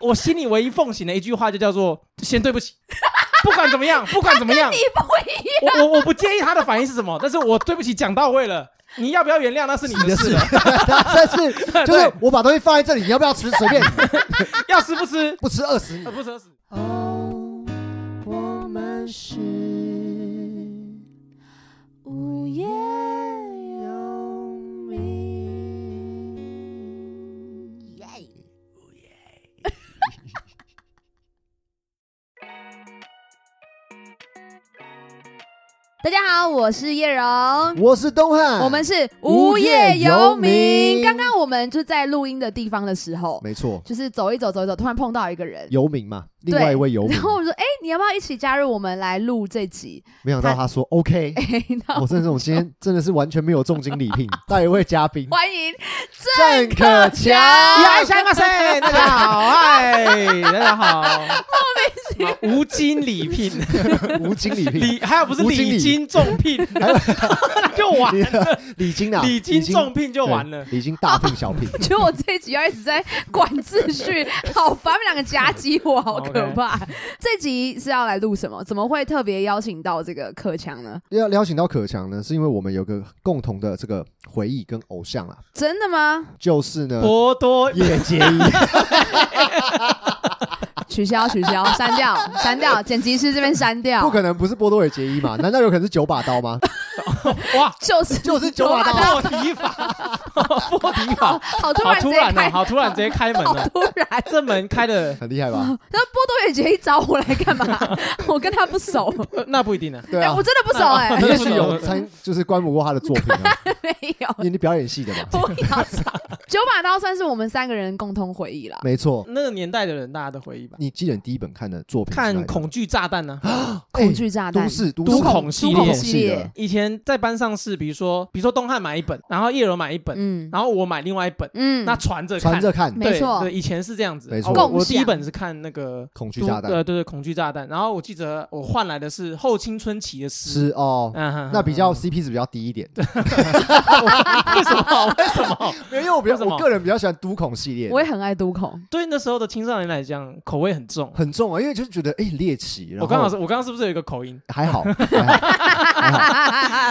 我心里唯一奉行的一句话就叫做“先对不起”， 不管怎么 样，不管怎么样你，不一样，我我我不介意他的反应是什么，但是我对不起讲到位了，你要不要原谅那是你你的的事，事，但 是就是我把东西放在这里，你要不要吃随便你，要吃不吃，不吃二十呃，。不 吃死。哦，我们是无业游民。耶！ 大家好，我是叶柔。我是东汉，我们是无无业业游游民民。刚刚我们就在录音的地方的时候，没错，就是走一走走一走，突然碰到一个人，游民嘛，另外一位游民然，后我说：“哎、你要不要一起加入我们来录这集 没想到他说 OK，？” 哎然后我真的是我今 天真的是完全没有重金礼聘，带一位嘉宾欢迎郑可强，呀，下一马赛，大家好，嗨，大家 好，无金礼 聘，无金礼聘，礼还有不是无金礼礼金重聘， 就 完你礼金啊，礼金重聘就完了。对，礼金大聘 小聘，觉得我这一集要一直在管秩序，好烦！他们两个夹击我，好可怕。这集是要来录什么？怎么会特别邀请到这个客强呢？要邀请到可强呢，是因为我们有个共同的这个回忆跟偶像啊，真的吗？就是呢。博多叶杰一，取消，取消，删 掉，删掉，剪辑师这边删掉，不可能不是波多野结 衣嘛？难道有可能是九把刀吗？哇，就是就是九把刀好破题法， 破题法，好突好然直突接啊然哦，开，好突然直接开门好了，突然。这门开的很厉害吧？那波多野结衣找我来干嘛？我跟他不熟，呃 那不一定呢。对哎啊我，真的不熟哎、你也许有参，就是观摩过他的作品啊， 没有。因为你表演系的 嘛。不要吵。九把刀算是我们三个人共同回忆啦。没错，那个年代的人，大家的回忆吧。你记得你第一本看的作品是哪看一《本恐惧炸弹》啊呢，哎恐惧炸弹都、市都都市恐都系恐列系的列，以前在班上是，比如说，比如说东汉买一本，然后叶柔买一本，嗯然后我买另外一本，嗯，那传着看传。着看没对错对，以前是这样子。没哦错我共我第一享本是看那个恐惧炸都弹呃，对对，恐惧炸弹。然后我记得我换来的是后青春期的诗，是哦，嗯哼那比较 CP 值比较低一点， 为什么？为什么？ 没有因为我比较为什么我个人比较喜欢都恐系列的，我也很爱读 恐，对那时候的青少年来讲，口味很重。很重啊，因为就是觉得哎猎奇，然我后刚好是，我刚刚是不是有一个口音？还好，还好还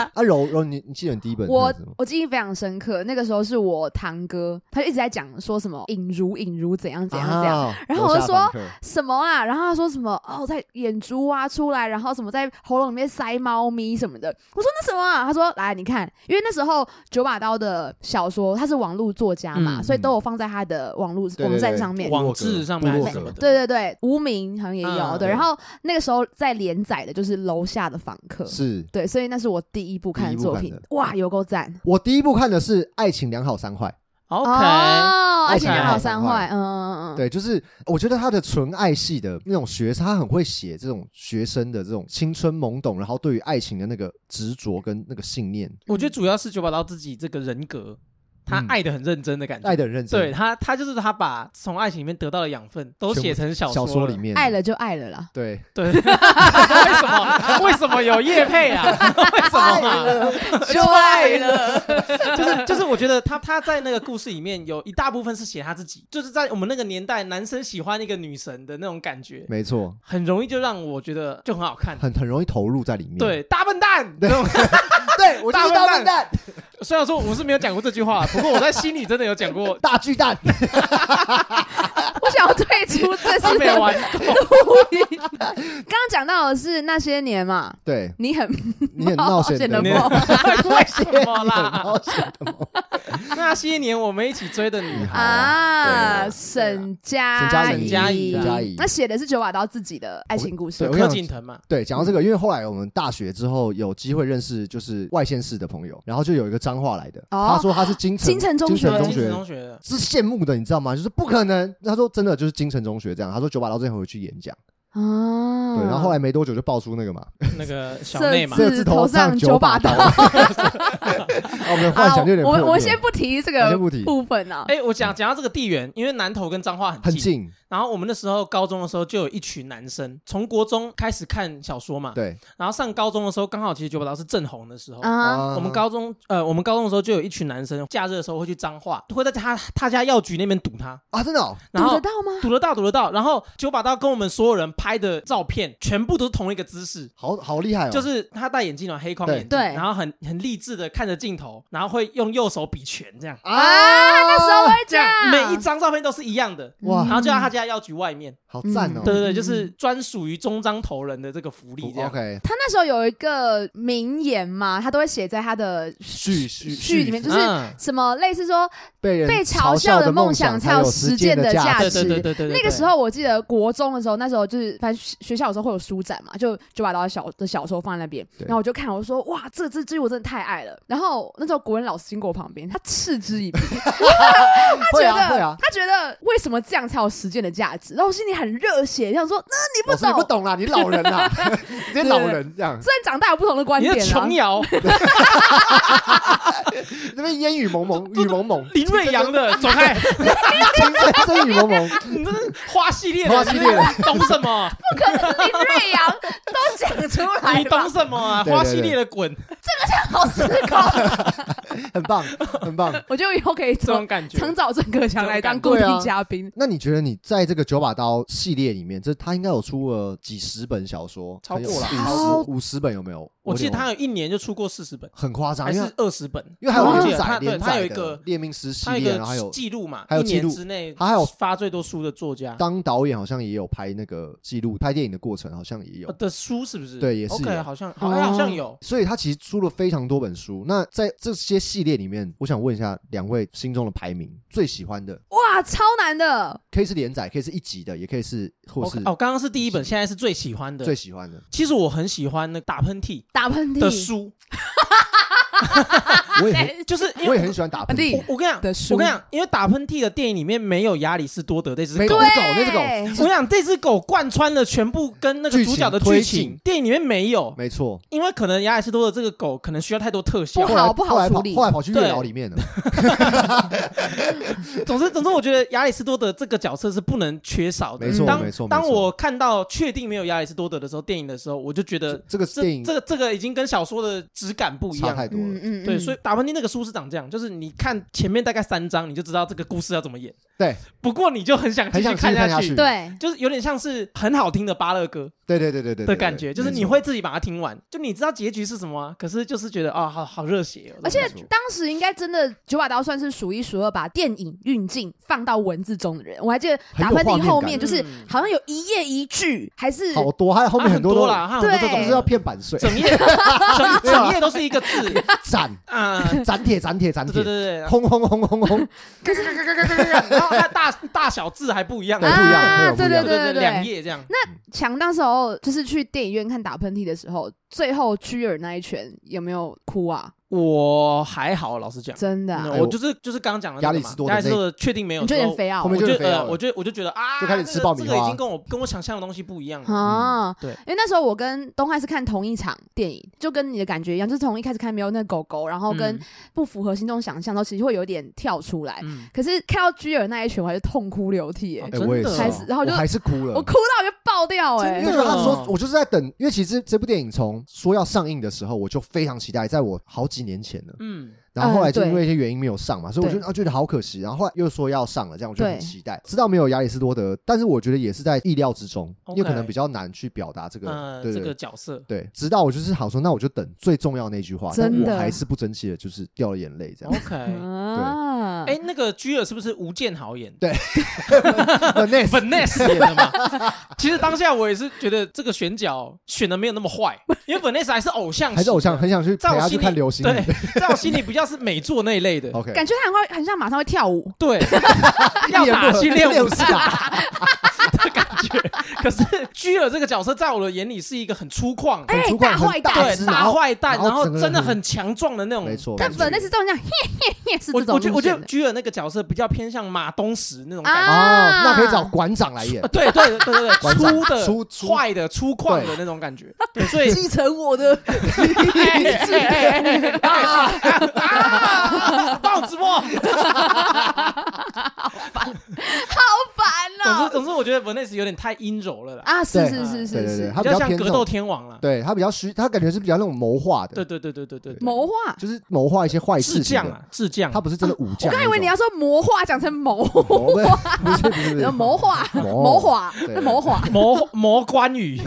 好啊柔柔，你你记得你第一本我看什么我记忆非常深刻。那个时候是我堂哥，他就一直在讲说什么引如引如怎样怎样怎样。啊然后我就楼下房说客什么啊？然后他说什么哦，在眼珠挖出来，然后什么在喉咙里面塞猫咪什么的。我说那什么啊？他说来你看，因为那时候九把刀的小说他是网络作家嘛，嗯所以都有放在他的网络对对网站对上面。网志上面还是什么的？对对对，无名好像也有、嗯对。对然后那个时候在连载的就是《楼下的访客》，是对，所以那是我第一部看第一部作看品的，哇，有够赞我第一部看的是《爱情两好三坏》， ，OK，哦，而且爱情两好好三三坏坏，嗯嗯嗯，嗯，对，就是我觉得他的纯爱系的那种学生，他很会写这种学生的这种青春懵懂，然后对于爱情的那个执着跟那个信念，我觉得主要是九把刀自己这个人格，他嗯爱的很认真的感觉。爱的很认真。对，他，他就是他把从爱情里面得到的养分都全部写成小小说说里了。面爱了就爱了啦， 对，对， 为什么？为什么有叶配啊？ 为什么啊、就爱了，就是就是，我觉得他他在那个故事里面有一大部分是写他自己，就是在我们那个年代，男生喜欢一个女神的那种感觉， 没错，很容易就让我觉得就很好看。很很容易投入在里面。对，大笨蛋。 那种对，我就大是大笨笨蛋、虽然说我是没有讲过这句话，不过我在心里真的有讲 ，过大巨蛋，我想要退出他这次没的有录玩够。音。刚刚讲到的是那些年嘛，对你很 你很冒险的的你梦， 梦为什么你很啦？冒险的梦。 那些年我们一起追的女孩，啊，对沈沈佳佳宜，宜沈佳宜那写的是九把刀自己的爱情故事对对，我想柯景腾嘛，对，讲到嗯这个，因为后来我们大学之后有机会认识就是外县市的朋友，然后就有一个彰化来的，哦他说他是京城京城中学京城对中金城学中学的，是羡慕的，你知道吗？就是不可能。他说真的就是京城中学这样，他说九把刀之前回去演讲，啊，嗯，对，然后后来没多久就爆出那个嘛，那 个小这内嘛次，这字头上九把刀， 啊我们幻好，想就有点我们破我们灭先不提这我个先不提部分啊。哎、我讲讲到这个地缘，因为南投跟彰化很很近，然后我们那时候高中的时候就有一群男生，从国中开始看小说嘛，对，然后上高中的时候刚好其实九把刀是正红的时候。啊，啊我们高中，呃，我们高中的时候就有一群男生，假日的时候会去彰化，会在他他家药局那边堵他，啊，真的哦，然读后得到吗？堵得到，堵得到。然后九把刀跟我们所有人拍的照片，全部都是同一个姿势，好好厉害哦，就是他戴眼镜嘛，黑框对眼镜，对然后很很励志的看着镜头，然后会用右手比拳这样，啊，啊，那时候会这样每一张张照片都是一样的。哇然后就在他家药局外面，好赞嗯哦，对对对，就是专属于中彰头人的这个福利，这样。 ，OK，他那时候有一个名言嘛，他都会写在他的序序序里面，就是嗯什么类似说被人被嘲笑笑的的梦梦想想才才有有实实践践的的价价对值对对对对对，那个时候我记得国中的时候，那时候就是反正学校有时候会有书展嘛，就就把刀小的小说放在那边，对然后我就看，我就说哇，这这这我真的太爱了。然后那时候国文老师经过我旁边，他嗤之 以鼻，他觉会得、啊会啊，他觉得为什么这样才有实践的价值？然后我心里很热血，想说那、你老不师你懂，不懂啊啦，你老人啦， 你这老人这样，虽然长大有不同的观你点啊的啦琼。瑶、那边烟雨蒙蒙，雨蒙蒙，林瑞 阳的，走开！青春真雨蒙 蒙，你这是花系列的，花系列的你懂什 么？不可能林瑞阳都讲出 来你了吧，懂什么啊？对对对花系列的滚，好思考。很棒很棒。我觉得以后可以这找种 感觉常。找郑克强来当固对啊定嘉宾。那你觉得你在这个九把刀系列里面，这他应该有出了几十本小说，超过了啦超五十本有没有？我记得有点忘他了有一年就出过四十本，很夸张，还因是为二十本，因为还有哦连他载对连他有载一个的列命师系他有一列，然后还有个记啊录嘛，还有一记录年之内他还有发最多书的作家当导演好像也有拍那个记录，拍电影的过程好像也呃有，的书，是不是？对也是 OK，有哦好像好像好像有。所以他其实出了非常多本书。那在这些系列里面，我想问一下两位心中的排名，最喜欢的哇，超难的！可以是连载，可以是一集的，也可以是或 OK，是哦，刚刚是第一本，现在是最喜欢最的。喜 欢的。其实我很喜欢那个打喷嚏打喷嚏的书，啊 我也很就是因 我为也很喜欢打喷地嚏，我我跟你讲，的我书跟你讲，因为打喷嚏的电影里面没有亚里士多德这只没狗有，对那只狗那只我想这只狗贯穿了全部跟那个主角的剧剧情推情进，电影里面没有，没错。因为可能亚里士多德这个狗可能需要太多特效不。后来好不好后来跑处理后来跑去月对老里面了。总之，总之，我觉得亚里士多德这个角色是不能缺少的。没错，当没错。当没错我看到确定没有亚里士多德的时候，电影的时候，我就觉得这个这电影这个这个已经跟小说的质感不一差样。太多了，嗯对，所以打喷嚏那个书是长这样，就是你看前面大概三章，你就知道这个故事要怎么演。对，不过你就很想继很想续继续看下下去对，就是有点像是很好听的芭乐歌对对对对对的感觉，就是你。对对会自己把它听完，就你知道结局是什么啊，可是就是觉得啊、好好热血、哦，而且这种感觉当时应该真的九把刀算是数一数二把电影运镜放到文字中的人。我还记得很有打喷画嚏面后感面就是嗯好像有一页一句，还 是好多， 还有后面啊很很多多都啦，它很多对这种总是要骗版税，整页啊整整页都是一个字 斩啊，斩铁斩铁斩对对铁，对对。轰轰轰轰轰，哎然后它大大小字还不一样，对不一样会 啊，有不一对样对对对对对，两。页这样。强那时候就是去电影院看打喷嚏的时候，最后屈尔那一拳有没有哭啊？我还好，老实讲，真的啊，嗯哎我我就是就是刚刚讲的亚那个里嘛士多德亚里士那多德确定没有你之后，就有点肥啊后面我就就肥了呃，我就我就觉得啊，就开始吃这个爆米这个已花嗯经跟我跟我想象的东西不一样了。啊、嗯对因为那时候我跟东汉是看同一场电影，就跟你的感觉一样，就是从一开始看没有那个狗狗，然后哦跟哎嗯不符合心中想象，然后其实会有点跳出来。嗯，可是看到居尔那一拳，我还是痛哭流涕、欸，哦哎，真我也的是，还是然后我就还是哭了我。哭到我就爆掉、因欸，为真哎，的他说哦，我就是在等，因为其实这部电影从说要上映的时候，我就非常期待，在我好几年前了。嗯，然后后来就嗯因为一些原因没有上嘛，所以我就对啊觉得好可惜。然后后来又说要上了，这样我就很对期待。知道没有亚里士多德，但是我觉得也是在意料之中，OK 因为可能比较难去表达这个，呃，对这对个对角色，对。直到我就是好说，那我就等最重要那句话，但真我的还是不争气的，就是掉了眼泪这样。 OK， 啊，哎、那个居尔是不是吴建豪演的？那哦 Vanessa 演的嘛？其实当下我也是觉得这个选角选的没有那么坏， 因为 Vanessa 还是偶像型的， 还是偶像很想去陪在我他心里去看流星雨。对，在我心里比较是美作那一类的。 OK，感觉他很快，很像马上会跳舞，对， 一要言不打合去练练武啊武士士打，的感觉。可是居尔这个角色在我的眼里是一个很粗犷、哎很粗大犷，很坏大蛋对只，啊大坏蛋，然后然后整个人真的很很强壮的那种。 没错，但没错粉类是这种像 嘿嘿嘿是我这种我觉得我路觉线得的。菊儿那个角色比较偏向马东石那种感觉。啊哦，那可以找馆长来 演啊，对对对 对对，馆长粗的、粗粗坏的、粗犷的那种感觉。对，所 以 继承我的， 哎报直播。烦总哦之，总之，我觉得 Vanessa 有点太阴柔了啦，啊！是对是是对是对对，是，他比比较像偏格这斗种，天王了。对他比较虚，他感觉是比较那种谋划的，对对对对对对对，谋划。就是谋划一些坏智事情将的，啊，哦智将他。不是真的武我将那种。刚以为你要说魔化，讲成谋哦，不是不是 哦不是谋划 谋谋划对那谋划。魔魔关羽，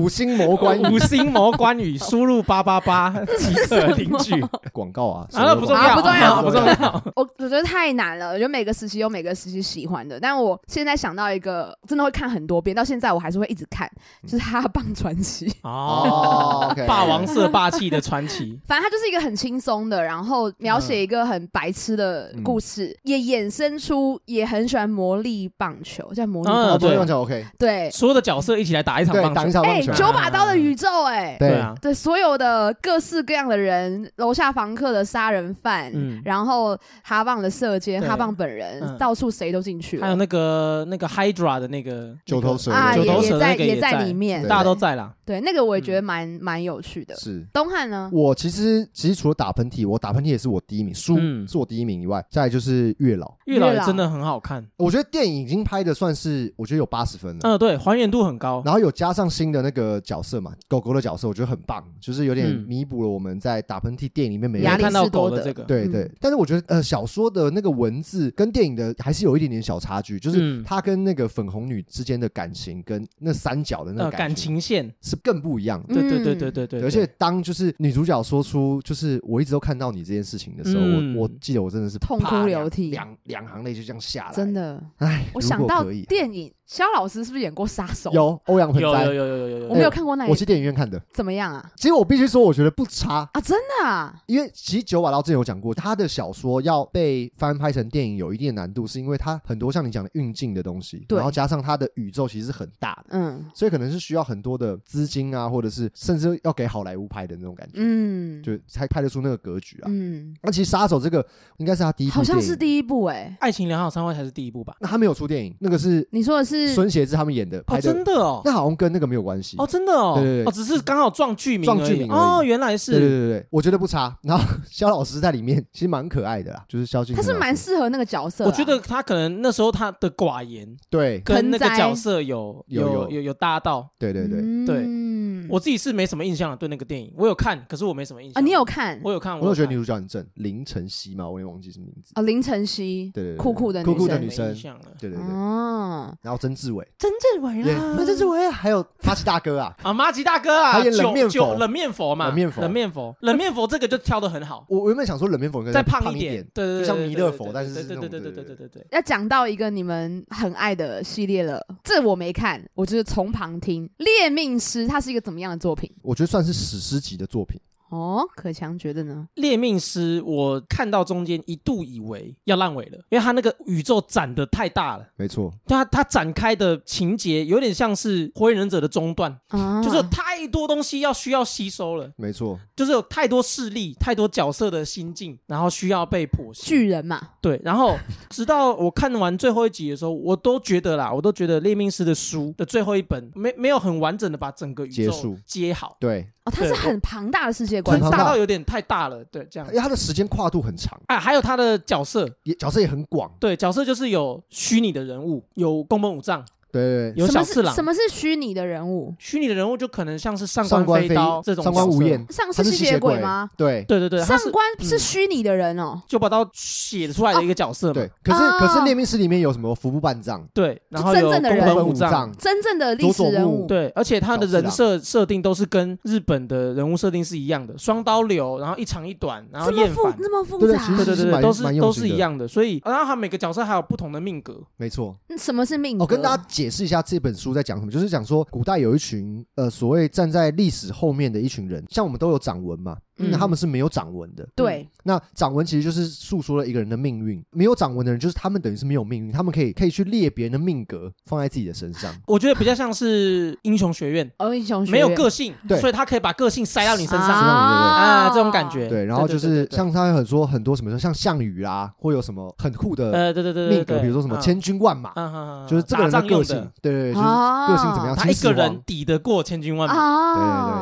五星魔关 五星魔关 羽，输入八八八即可领取。广告啊，啊，那不重啊要，不重啊要不重要。我我觉得太难了，我觉得每个时期有每个时期喜欢的，但我现在想到一个真的会看很多遍，到现在我还是会一直看，就是《哈棒传奇》。 哦哦， ，OK 霸王色霸气的传奇。反正它就是一个很轻松的，然后描写一个很白痴的故事，也衍生出也很喜欢魔力棒球，叫魔力棒球、哦，嗯不对用讲 OK，对，所有的角色一起来打一场对，棒打一球。场哎、棒球，九把刀的宇宙、哎。对对啊，对，所有的各式各样的人，楼下房客的杀人犯，嗯然后哈棒的射箭，对哈棒本人，嗯到处谁都进去了，还有那个那个 Hydra 的那个九头蛇啊，九也头蛇也在那个也在在里面，对大家都在啦。对那个我也嗯觉得蛮蛮有趣的。是。东汉呢？我其实其实除了打喷嚏，我打喷嚏也是我第一名，书嗯是我第一名以外，再来就是月老。月老也月老真的很好看，我觉得电影已经拍的算是，我觉得有八十分了。嗯，对，还原度很高。然后有加上新的那个角色嘛，狗狗的角色，我觉得很棒，就是有点嗯弥补了我们在打喷嚏电影里面没有你压有力看到士狗多的德这个，对嗯对，但是我觉得呃，小说的那个文字跟电影的还是有一点点小差距，就是嗯他跟那个粉红女之间的感情跟那三角的那呃，个感感情线，是更不一样的。对对对嗯对对对，而且当就是女主角说出就是我一直都看到你这件事情的时候，嗯我我记得我真的是痛啪哭两流涕两两行泪就这样下来。真，的，唉，我如想果到可以电影，肖老师是不是演过杀手？，有欧阳盆有有栽，有有有有我没有哎看过那一我去电影院看的。怎么样啊？其实我必须说，我觉得不差，啊，真的啊，因为其实九把刀之前有讲过，他的小说要被翻拍成电影有一定的难度，是因为它很多像你讲的运镜的东西，对然后加上它的宇宙其实是很大的，嗯所以可能是需要很多的资金啊，或者是甚至要给好莱坞拍的那种感觉，嗯就才拍得出那个格局啊。嗯，那其实杀手这个应该是他第一部，好像是。第一部哎，爱情良好三位才是第一部吧？那他没有出电影，那个是你说的是孙协志他们演的，哦，拍真的的，哦，那好像跟那个没有关系。哦，真的哦对对对，哦，只是刚好撞剧名，撞剧名而已哦，原来对对是，对对，我觉得不差。然后肖老师在里面其实蛮可爱的啦，就是萧敬他腾老师。是蛮适合那个角色啊，我觉得他可能那时候他的寡言对跟那个盆栽角色有有有有有有搭到，对对对，对嗯我自己是没什么印象的，对那个电影我有看，可是我没什么印象啊，你有看我有看，我有觉得看女主角很正，林晨曦嘛，我也忘记什么名字。啊？林晨曦，对对对，对酷酷的酷酷女没生的女嗯啊生印，象了对对对。哦，然后曾志伟，曾志伟也啊啦，那曾志伟还有发奇大哥啊，啊，马吉大哥啊，他演冷九面九佛冷面佛嘛，冷面佛冷面佛， 冷面佛这个就挑的很好，我我原本想说冷面佛应该再胖胖一点，，对对对，就像弥勒佛对对但是是对对那种对对对对对对对对，要讲到一个你们很爱的系列了，这我没看，我就是从旁听。《猎命师》它是一个怎么样的作品？我觉得算是史诗级的作品。哦，可强觉得呢？猎命师我看到中间一度以为要烂尾了，因为他那个宇宙展的太大了。没错，对它它展开的情节有点像是《火影忍者》的中段，嗯啊，就是有太多东西要需要吸收了，没错，就是有太多势力、太多角色的心境，然后需要被剖析。巨人嘛，对，然后直到我看完最后一集的时候，我都觉得啦，我都觉得猎命师的书的最后一本没没有很完整的把整个宇结宙束接好，对，哦，它对是很庞大的世就是界观很，庞大大到有点太大了，对，这样因。为它的时间跨度很长，啊，还有他的角色，也角色也很广。对，角色就是有虚拟的人物，有宫本武藏，哎对对对，有什小么次是郎什。么是虚拟的人物？虚拟的人物就可能像是上上官官飞刀这种角上色，官无厌，上他是吸吸血血鬼吗？？对对对对，他上是官嗯是虚拟的人哦，九把刀写出来的一个角色嘛对。，可是可是啊《猎命师》里面有什么服部半藏、对，然后真有正的宫人本武武藏。藏，真正的历史人物佐佐木对，而且他的小次郎人设设定都是跟日本的人物设定是一样的，双刀流，然后一长一短，然后这么厌复烦，这么复对对杂其对实对对对，蛮都是蛮用都心是的一样的。所以，然后他每个角色还有不同的命格，没错。嗯什么是命格？我、哦跟啊大家解释一下这本书在讲什么，就是讲说古代有一群呃所谓站在历史后面的一群人，像我们都有掌纹嘛，嗯那他们是没有掌纹的。嗯对，那掌纹其实就是诉说了一个人的命运，没有掌纹的人就是他们等于是没有命运，他们可以可以去列别人的命格放在自己的身上。我觉得比较像是英雄学院，哦，英雄学没有院个性，对所以他可以把个性塞到你身是上啊啊，这种感。觉。对，然后就对对是对对像他很说很多什么像项羽啦，或有什么很酷的呃，对对对对命对对格，对，比如说什么嗯，千军万马，嗯嗯嗯就是这个人打的仗用个的性，对对对，就是啊个性怎么样，他一秦个始皇人抵得过千军万马。对对啊，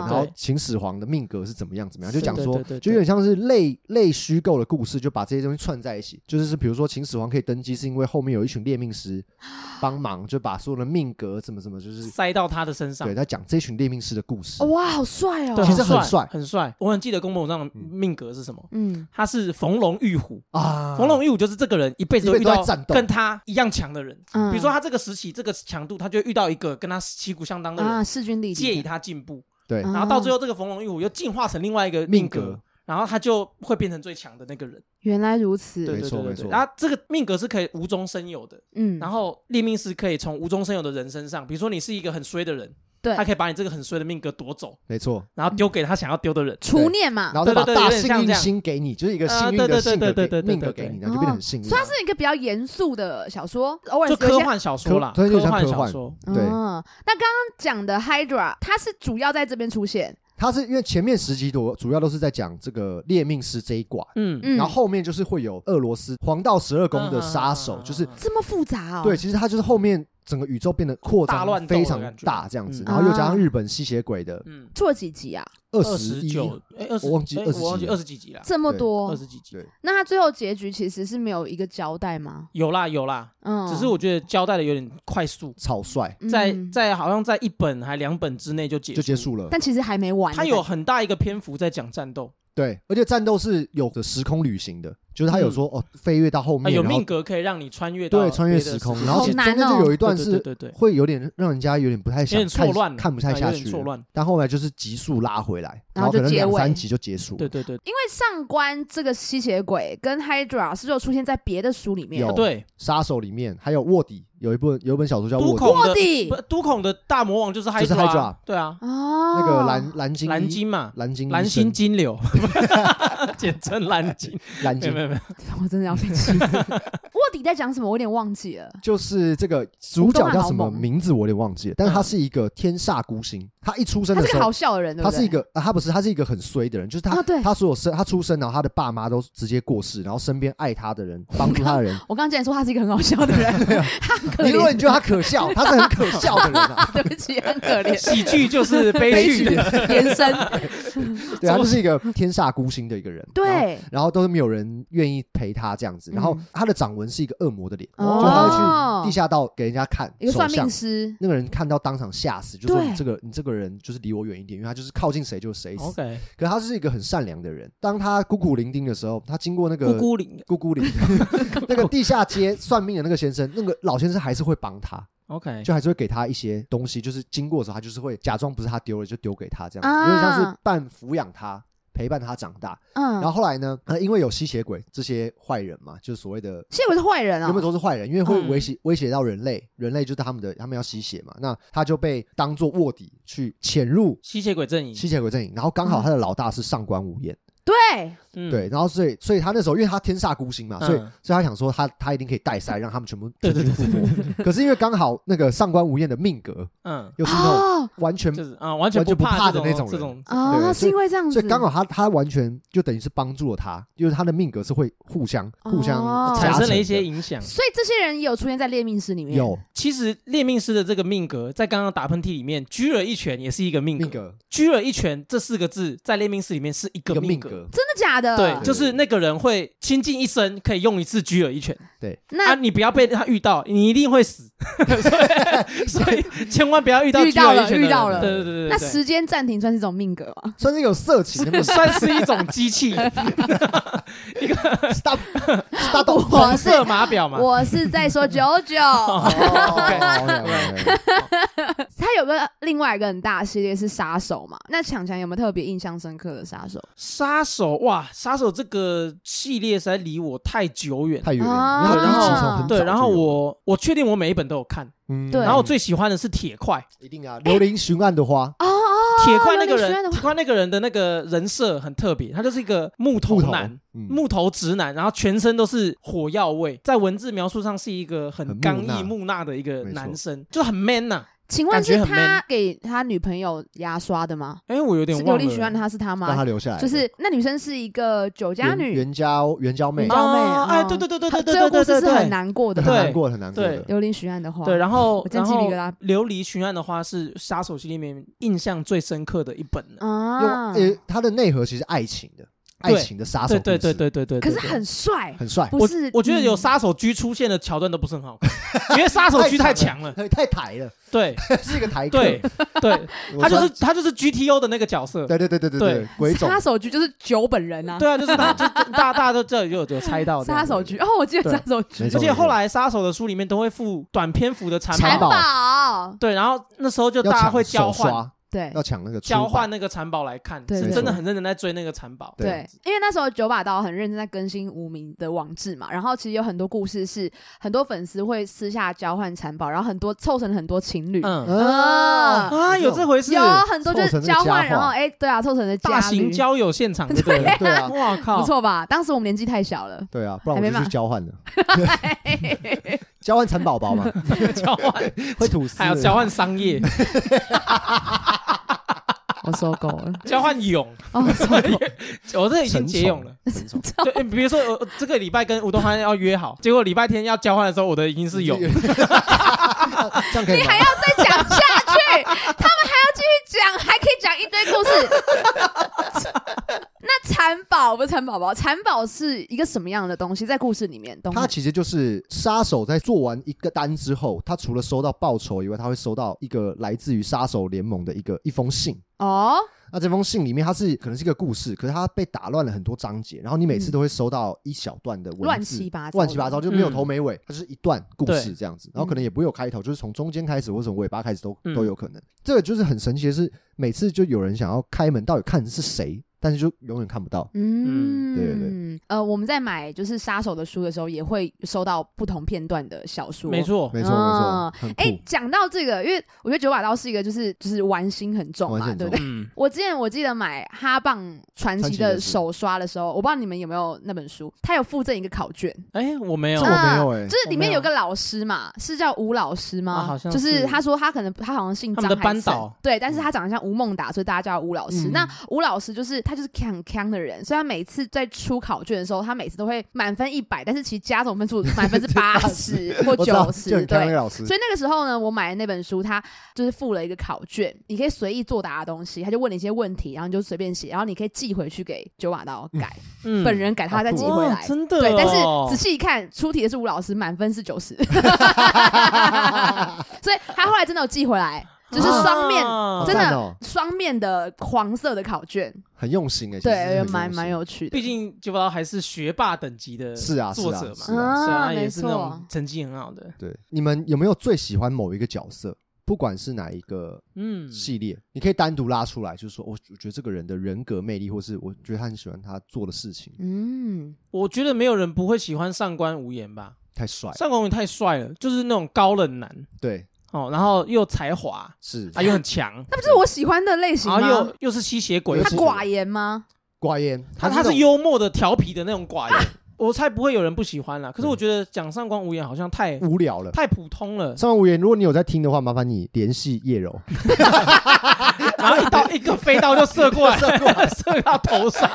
哦对，然后秦始皇的命格是怎么样怎么样，就是讲对说对对，对就有点像是类类虚构的故事，就把这些东西串在一起。就是是比如说秦始皇可以登基，是因为后面有一群猎命师 帮忙，就把所有的命格怎么怎么，就是塞到他的身上对，。在讲这群猎命师的故事哦。哇，好帅对哦，其实很很帅很帅。我很记得宫本武藏的命格是什么，嗯，他是逢龙遇虎。啊，逢龙遇虎就是这个人一辈子都一辈遇子都在到战斗跟他一样强的人，嗯比如说他这个时期这个强度，他就会遇到一个跟他旗鼓相当的啊，人，势均力敌，借以他进步，对嗯然后到最后这个逢龙遇虎又进化成另外一个命命格格。然后他就会变成最强的那个人，原来如此，对没对错对没对错对。然后这个命格是可以无中生有的，嗯，然后立命是可以从无中生有的人身上，比如说你是一个很衰的人，对他可以把你这个很衰的命格夺走，没错。然后丢给他想要丢的人。厨念嘛然，后再把对对对大有点幸像运这样星给你，就是一个啊幸运对的对性格对对给对对命格对给对哦你，然后就变得很幸运所以。它是一个比较严肃的小说，偶尔就有科些幻小说啦，科对科有点像幻科幻小说，对嗯，那刚刚讲的 Hydra，它是主要在这边出现，它是因为前面十集多主要都是在讲这个猎命师这一卦，嗯，嗯，然后后面就是会有俄罗斯黄道十二宫的杀嗯手，就是这么复杂哦，对，，其实它就是后面整个宇宙变得扩大张乱斗非的常感觉大这样子，嗯然后又加上日本吸血鬼的嗯，做几集啊？二二十十一，九，哎，二十，我忘记哎20我忘几记了二十几集啦，这么哦多二，十几集对那它最后结局其实是没有一个交代吗？有啦有啦，嗯，只是我觉得交代的有点快速，草率嗯在，在好像在一本还两本之内就结就结束，束了。但其实还没完的它感觉，有很大一个篇幅在讲战斗，对，而且战斗是有个时空旅行的，就是他有说哦，飞跃到后嗯啊面，有然后命格可以让你穿越到对穿越别的时空，界然后好其实中难间就哦有一段对是对对对，对会有点让人家有点不太有想点错看乱，看不太啊下有点去错了。乱，但后来就是急速拉回来，然后可就能结两尾三集就结束了。对对对，因为上官这个吸血鬼跟 Hydra 是有出现在别的书里面，哦有啊对，杀手里面还有卧底，有一部有一本小说叫都卧底，孔卧底的不，都孔的大魔王就是是 Hydra， Hydra 嗯啊对啊，哦，那个蓝蓝鲸蓝医鲸嘛，蓝鲸医蓝生星金流， 简称蓝鲸， 蓝没有没鲸有没有， 我真的要被气死。卧底在讲什么？我有点忘记了。就是这个主角叫什么好猛名字我有点忘记了，但是嗯他是一个天煞孤星，他一出生他的是时个好候。笑的人，对不他对？是一个，啊他不是，他是一个很衰的人，就是他，啊对他所有生，他出生，然后他的爸妈都直接过世，然后身边爱他的人、帮助他 的人，我刚刚竟然说他是一个很好笑的人， 他很可你如果怜，你觉得他可笑， 他是很可笑的人啊，对不起，很可怜，喜剧就是悲剧， 延伸，对，他就是一个天煞孤星的一个人，然后，对，然后都是没有人愿意陪他这样子，然后嗯他的掌纹是一个恶魔的脸，哦就他会去地下道给人家看一个手算相命，师，那个人看到当场吓死，就说对你这个你这个人就是离我远一点，因为他就是靠近谁就是谁死。 OK，可他是一个很善良的人，当他孤苦伶仃的时候，他经过那咕个咕灵 咕咕伶，那个地下街算命的那个先生，那个老先生还是会帮他， ，OK，就还是会给他一些东西，就是经过的时候，他就是会假装不是他丢了就丢给他这样子，啊有点像是半抚养他。陪伴他长大，嗯，然后后来呢？呃，因为有吸血鬼这些坏人嘛，就是所谓的谢伟是坏人啊原本，都是坏人，因为会嗯威胁威胁到人类，人类就是他们的，他们要吸血嘛。那他就被当做卧底去潜入吸血鬼阵营，吸血鬼阵营，然后刚好他的老大是上官无厌，对，嗯，对，然后所以所以他那时候因为他天煞孤星嘛，嗯所以所以他想说他他一定可以带塞让他们全部对对对全军覆没。可是因为刚好那个上官无厌的命格 嗯，又是那种哦完全，就是啊，完全全不怕怕的这那种这人种，对所哦，以是因为这样子，所以刚好他他完全就等于是帮助了他，因为他的命格是会互相互哦相产夹生了层一的些影响。所以这些人也有出现在猎命师里面，有其实猎命师的这个命格，在刚刚打喷嚏里面，狙了一拳也是一个命格。命格狙了一拳这四个字，在猎命师里面是一一个个命格。格，真的假的？对，对就是那个人会倾尽一生，可以用一次狙了一拳。啊，那你不要被他遇到，你一定会死。 所以， 所以千万不要遇到遇到狙了一拳的人遇到了对对对对那对时间暂停算是一种命格吗？算是有色情的那种算是一种机 器， ，stop stop，我红是色码表嘛。我是在说九九， 哦他有个另外一个很大的系列是杀手嘛？那强强有没有特别印象深刻的杀手？杀手哇，杀手这个系列实在离我太久远了。太远了，啊因为它第一集从很早就有对，然后，我我确定我每一本都有看，嗯对哦然后我最喜欢的是铁块，一定啊，《榴莲寻案的花哦》铁块那个那你说的人，话铁块那个人的那个人设很特别，他就是一个木头木头男。，嗯木头直男，然后全身都是火药味，在文字描述上是一个很很木刚讷毅木讷的一个没错男生，就很 man 呐、请问感是觉很他 man 给他女朋友牙刷的吗？哎，我有点是忘刘啊了。力许愿的他是他让他吗？留下来的，就是那女生是一个酒家援女，援交援交妹援，交妹啊啊，哎，对对对对对很对这个对对故对事是很对，难过的很对。难过很难过对的，刘力许愿的话，对，然后我真然鸡皮后疙瘩琉璃巡案的话是杀手系列里面印象最深刻的一本了。用啊，呃它的内核其实是爱情的，爱对情的杀对手故对事，对对对对，可是对对很帅，很帅，不我是？我觉得有嗯杀手狙出现的桥段都不是很好看，因为杀手狙太强了。太太台了， 对是一个台客，对对，我他就说是他就是 GTO 的那个角色。对对对对对对对，鬼总杀手局就是酒本人啊，对啊，就是他，就就大大家都这有有猜到这样杀子手局哦，我记得对杀手局没错而且后来杀手的书里面都会附短篇幅的残残蚕宝，宝宝，对，然后那时候就要大家抢会手交换刷，对要抢那个出交版换那个蚕宝来看，对是对真的对很认真在追那个蚕宝。对对，因为那时候九把刀很认真在更新无名的网志嘛，然后其实有很多故事是很多粉丝会私下交换蚕宝，然后很多凑成很多情侣，嗯啊嗯啊，有这回事，有很多就是交凑成换，的佳话然后哎，对啊，凑成的大家侣型，交友现场，对不 对？对啊哇不靠！错吧？当时我们年纪太小 了，对啊，不还然我没就骂去交换了， 交换蚕宝 宝嘛，交换，会吐丝，还有交换商业，我受够了， 交换泳，哦，受够了，我这已经解泳了。成虫，对，欸比如说我这个礼拜跟吴东欢要约好，结果礼拜天要交换的时候，我的已经是 泳。这样可以你吗还要再讲下去，他们还要继续讲，还可以讲一堆故事。那蚕宝不是蚕宝宝，蚕宝是一个什么样的东西？在故事里面，东他其实就是杀手，在做完一个单之后，他除了收到报酬以外，他会收到一个来自于杀手联盟的一个一封信。哦，那这封信里面，它是可能是一个故事，可是它被打乱了很多章节，然后你每次都会收到一小段的文嗯字，乱七八糟乱七八糟，就没有头没尾，它就是一段故事嗯对这样子，然后可能也不会有开头，就是从中间开始或者从尾巴开始都嗯都有可能。这个就是很神奇的是，每次就有人想要开门到底看是谁，但是就永远看不到。嗯，对对呃，我们在买就是杀手的书的时候，也会收到不同片段的小说，没。错，没错哦没错，很酷。哎、讲到这个，因为我觉得九把刀是一个就是就是玩心很重玩嘛，心很对不重对？嗯，我之前我记得买《哈棒传奇》的手刷的时候，我不知道你们有没有那本书，它有附赠一个考卷，哎，我没有这，我没有哎、就是里面有个老师嘛，是叫吴老师吗？啊好像就是是他说他可能他好像姓他张们的还是班沈导对，但是他长得像吴孟达，所以大家叫他吴老师。嗯那吴老师就是他就是强强的人，所以他每次在出考卷的时候，他每次都会满分一百，但是其实加总分数满分是八十或我知道九就十，很看那对个。老师所以那个时候呢，我买的那本书，它就是附了一个考卷，你可以随意作答的东西，他就问你一些问题，然后你就随便写，然后你可以寄回去给九把刀改，嗯本人改，他再好酷寄回哇来。真的哦。对，但是仔细一看，出题的是吴老师，满分是 九十，嗯所以他后来真的有寄回来，就是双面、啊好真的 赞哦双面的黄色的考卷，很用心哎、欸，其实是对，很蛮用心蛮有趣的。毕竟九把刀还是学霸等级的是啊是啊作者嘛，是啊是啊，没也是那错种。成绩很好的，对。你们有没有最喜欢某一个角色？不管是哪一个嗯，系列，你可以单独拉出来，就是说，我哦我觉得这个人的人格魅力，或是我觉得他很喜欢他做的事情，嗯，我觉得没有人不会喜欢上官无言吧？太帅。上官无言太帅了，就是那种高冷男对，哦，然后又有才华是啊，又很 强，那不就是我喜欢的类型然后吗？啊又又是吸血鬼又，他是寡言吗？寡言，他那他是种幽默的、调皮的那种寡 人，我才不会有人不喜欢啦。可是我觉得讲上官无言好像太无聊嗯了。太普通了，上官无言，如果你有在听的话，麻烦你联系叶柔。然后一 刀一个飞刀就射过来，射到头上。